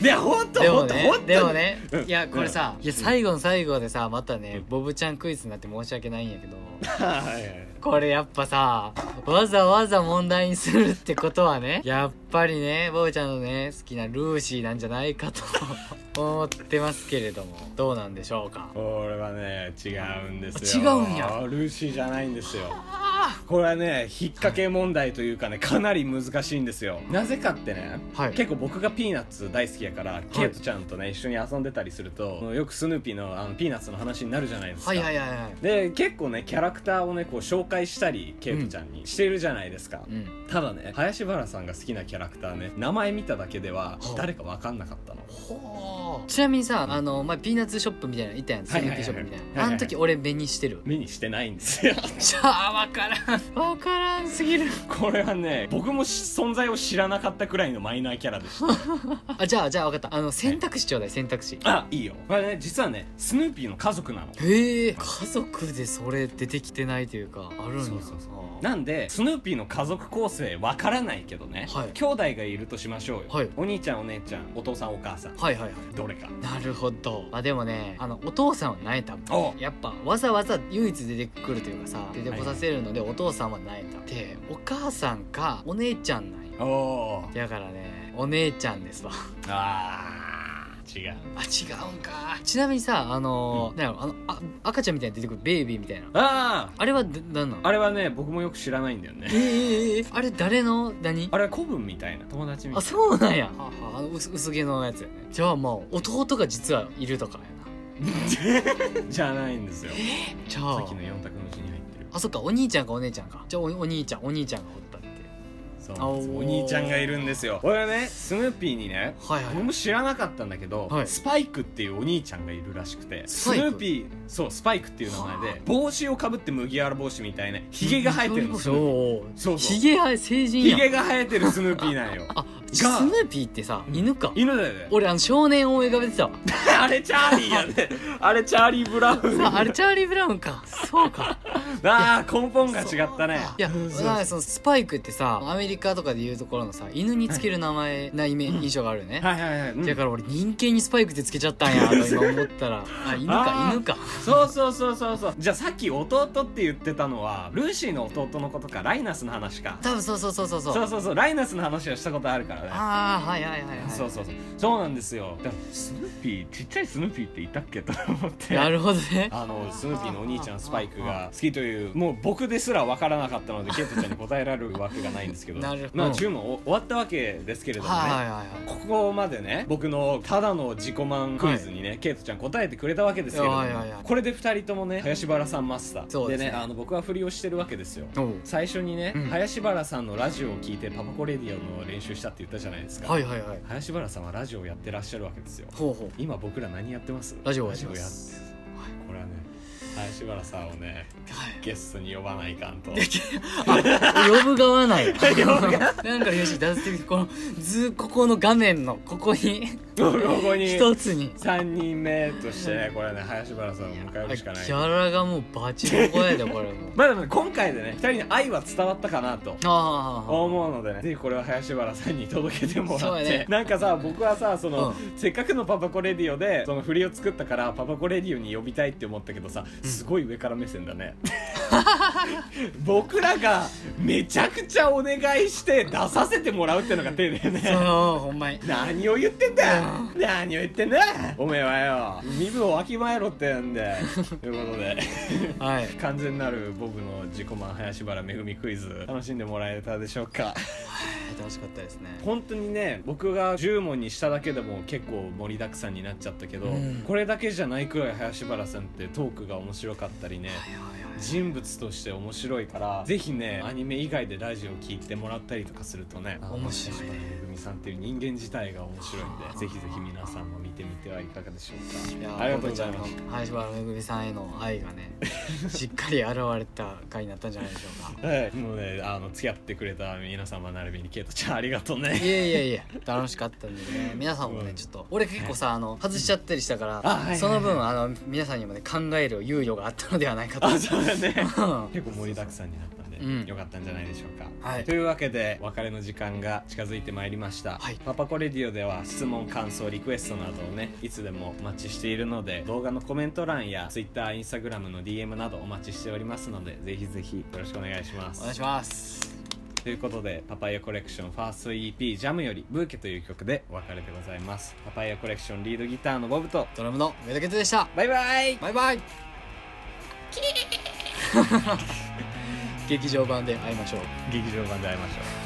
Speaker 2: いや本当
Speaker 3: でも
Speaker 2: 本当
Speaker 3: ね
Speaker 2: 本当
Speaker 3: でもね
Speaker 2: うん
Speaker 3: いやこれさ
Speaker 2: うん
Speaker 3: いや最後の最後でさまたねボブちゃんクイズになって申し訳ないんやけど
Speaker 2: はいはいはい
Speaker 3: これやっぱさわざわざ問題にするってことはねやっぱりねボブちゃんのね好きなルーシーなんじゃないかと 思ってますけれどもどうなんでしょうか
Speaker 2: これはね違うんですよ
Speaker 3: あ違うんや
Speaker 2: ルーシーじゃないんですよこれはね引っ掛け問題というかねかなり難しいんですよなぜかってね、
Speaker 3: はい
Speaker 2: 結構僕がピーナッツ大好きやから、ケイトちゃんとね一緒に遊んでたりするとよくスヌーピーのあのピーナッツの話になるじゃないですか
Speaker 3: はいはいはいはい
Speaker 2: で結構ねキャラクターをねこう紹介したりケイトちゃんにしてるじゃないですか、
Speaker 3: うん
Speaker 2: ただね林原さんが好きなキャラクターね名前見ただけでは
Speaker 3: はあ
Speaker 2: 誰か分かんなかったの
Speaker 3: ほーちなみにさあの前ピーナッツショップみたいなの行ったやんス
Speaker 2: はい
Speaker 3: ヌ
Speaker 2: はいは
Speaker 3: ー
Speaker 2: い
Speaker 3: ピーショップみたい
Speaker 2: はいはい
Speaker 3: な
Speaker 2: は
Speaker 3: あ
Speaker 2: い
Speaker 3: の時俺目に してる
Speaker 2: 目にしてないんですよ
Speaker 3: じゃあわからんわからんすぎる
Speaker 2: これはね僕もし存在を知らなかったくらいのマイナーキャラでした
Speaker 3: あじゃあじゃあわかったあの選択肢ちょうだい選択肢
Speaker 2: あいいよこれね実はねスヌーピーの家族なの
Speaker 3: へえ家族でそれ出てきてないというかあるんや
Speaker 2: そうそう
Speaker 3: あー
Speaker 2: なんでスヌーピーの家族構成わからないけどね、
Speaker 3: はい
Speaker 2: 兄弟がいるとしましょうよ、
Speaker 3: はい
Speaker 2: お兄ちゃんお姉ちゃんお父さんお母さん
Speaker 3: はいはいはい
Speaker 2: どれか
Speaker 3: なるほどまあでもねあのお父さんはない多
Speaker 2: お
Speaker 3: 分やっぱわざわざ唯一出てくるというかさ出てこさせるのでお父さんはない多分でお母さんかお姉ちゃんなんよ
Speaker 2: おお
Speaker 3: だからねお姉ちゃんですわ
Speaker 2: あー違う
Speaker 3: あ違うんかちなみにさあのー、なんやろあのあ赤ちゃんみたいに出てくるベイビーみたいな
Speaker 2: あ
Speaker 3: あれはだなんなの
Speaker 2: ああれはね僕もよく知らないんだよね
Speaker 3: ええええあれ誰の何
Speaker 2: あれは古文みたいな友達みた
Speaker 3: あ
Speaker 2: い
Speaker 3: そうなんやははあの薄薄毛のやつやねじゃあまあ弟が実はいるとかやな
Speaker 2: なじゃないんですよ
Speaker 3: じゃあ
Speaker 2: さっきの4択のうちに入ってる
Speaker 3: あそっかお兄ちゃんかお姉ちゃんかじゃあおお兄ちゃんお兄ちゃんがおったって
Speaker 2: そうなんです
Speaker 3: あおー
Speaker 2: お兄ちゃんがいるんですよ俺はねスヌーピーにね
Speaker 3: はいはい
Speaker 2: 僕も知らなかったんだけど、
Speaker 3: はい
Speaker 2: スパイクっていうお兄ちゃんがいるらしくて
Speaker 3: ス
Speaker 2: ス
Speaker 3: パイ
Speaker 2: ヌ
Speaker 3: ク
Speaker 2: ーピーそうスパイクっていう名前で帽子をかぶって麦わら帽子みたいなひげが生えてるんですよ
Speaker 3: そう
Speaker 2: そうそう
Speaker 3: ひげ生え成人
Speaker 2: ひ
Speaker 3: やん
Speaker 2: げが生えてるスヌーピーなんよ
Speaker 3: あスヌーピーってさ犬か
Speaker 2: 犬だよね
Speaker 3: 俺あの少年を描いてたわ
Speaker 2: あれチャーリーやねあれチャーリー・ブラウン
Speaker 3: ああれチャーリー・ブラウンかそうか
Speaker 2: ああ根本が違ったね
Speaker 3: いやなんかそのスパイクってさアメリカとかでいうところのさ犬につける名前なイメ、印象があるよね、
Speaker 2: はいはいはい、うん
Speaker 3: だから俺人間にスパイクってつけちゃったんやと今思ったらあ犬か
Speaker 2: あー
Speaker 3: 犬か
Speaker 2: そうそうそうそうそうじゃあさっき弟って言ってたのはルーシーの弟のことかライナスの話か
Speaker 3: 多分そうそうそうそうそう
Speaker 2: そうそうそうライナスの話はしたことあるからね
Speaker 3: ああはいはいはいはい
Speaker 2: そうそうそうそうなんですよだからスヌーピーちっちゃいスヌーピーっていたっけと思って
Speaker 3: なるほど ね
Speaker 2: あのスヌーピーのお兄ちゃんスパイクが好きというもう僕ですら分からなかったのでケイトちゃんに答えられるわけがないんですけど
Speaker 3: なるほど
Speaker 2: まあ注文お終わったわけですけれどもね、
Speaker 3: はいはいはいはい
Speaker 2: ここまでね僕のただの自己満クイズにね、ケイトちゃん答えてくれたわけですけれども、
Speaker 3: はいはいはい
Speaker 2: これで2人ともね林原さんマスター
Speaker 3: そうですね
Speaker 2: あの僕は振りをしてるわけですよ
Speaker 3: おう
Speaker 2: 最初にね、
Speaker 3: うん
Speaker 2: 林原さんのラジオを聞いてパパコレディオの練習したって言ったじゃないですか、
Speaker 3: はいはいはい
Speaker 2: 林原さんはラジオをやってらっしゃるわけですよ
Speaker 3: ほうほう
Speaker 2: 今僕ら何やってます
Speaker 3: ラジオをやってま
Speaker 2: ラ
Speaker 3: す
Speaker 2: ジオやってこれはね林原さんをね
Speaker 3: はい
Speaker 2: ゲストに呼ばないかんと
Speaker 3: 呼ぶ側ない なんかよし出してこのずここの画面のここに
Speaker 2: こ こに
Speaker 3: 一つに
Speaker 2: 3人目としてねこれね林原さんを迎えるし
Speaker 3: キ
Speaker 2: かない
Speaker 3: ャラがもうバチボコやでこれもう
Speaker 2: まあでもね今回でね2人に愛は伝わったかなと
Speaker 3: ああ
Speaker 2: 思うのでねぜひこれは林原さんに届けても
Speaker 3: そう
Speaker 2: らっ
Speaker 3: や
Speaker 2: て、
Speaker 3: ね
Speaker 2: なんかさ僕はさその、
Speaker 3: うん
Speaker 2: せっかくのパパコレディオでその振りを作ったからパパコレディオに呼びたいって思ったけどさすごい上から目線だね 僕らがめちゃくちゃお願いして出させてもらうってのが手でね
Speaker 3: そうほんまに
Speaker 2: 何を言ってんだ何を言ってんだおめえはよ身分をわきまえろってなんでということで
Speaker 3: はい
Speaker 2: 完全なるボブの自己満林原めぐみクイズ楽しんでもらえたでしょうか
Speaker 3: 楽しかったですね
Speaker 2: 本当にね僕が10問にしただけでも結構盛りだくさんになっちゃったけど、
Speaker 3: うん
Speaker 2: これだけじゃないくらい林原さんってトークが面白かったりね
Speaker 3: はいはいはい
Speaker 2: 人物として面白いからぜひねアニメ以外でラジオ聞いてもらったりとかするとね
Speaker 3: 面白い
Speaker 2: 林
Speaker 3: ね
Speaker 2: 原めぐみさんっていう人間自体が面白いんでぜひぜひ皆さんも見てみてはいかがでしょう
Speaker 3: いや
Speaker 2: かありがとうございます
Speaker 3: す林原めぐみさんへの愛が ねしっかり現れた回になったんじゃないでしょうか
Speaker 2: はい、もうねあの付き合ってくれた皆様並びにケイトちゃんありがとうね
Speaker 3: いやいやいや楽しかったんでね皆さんも
Speaker 2: う
Speaker 3: ね
Speaker 2: ん
Speaker 3: ちょっと俺結構さあの外しちゃったりしたか
Speaker 2: あはいはいは
Speaker 3: ら
Speaker 2: い
Speaker 3: その分あの皆さんにもね考える猶予があったのではないかと
Speaker 2: あそうだね
Speaker 3: うん
Speaker 2: 結構盛りだくさんになったんで、
Speaker 3: うん
Speaker 2: よかったんじゃないでしょうか、
Speaker 3: はい
Speaker 2: というわけでお別れの時間が近づいてまいりました、
Speaker 3: はい
Speaker 2: パパコレディオでは質問感想リクエストなどをねいつでもお待ちしているので動画のコメント欄や TwitterInstagram の DM などお待ちしておりますのでぜひぜひよろしくお願いします
Speaker 3: お願いします
Speaker 2: ということでパパイヤコレクションファースト EP ジャムよりブーケという曲でお別れでございますパパイヤコレクションリードギターのボブと
Speaker 3: ドラムの上田健人でした
Speaker 2: バイバイ
Speaker 3: バイバイ 劇場版で会いましょう
Speaker 2: 劇場版で会いましょう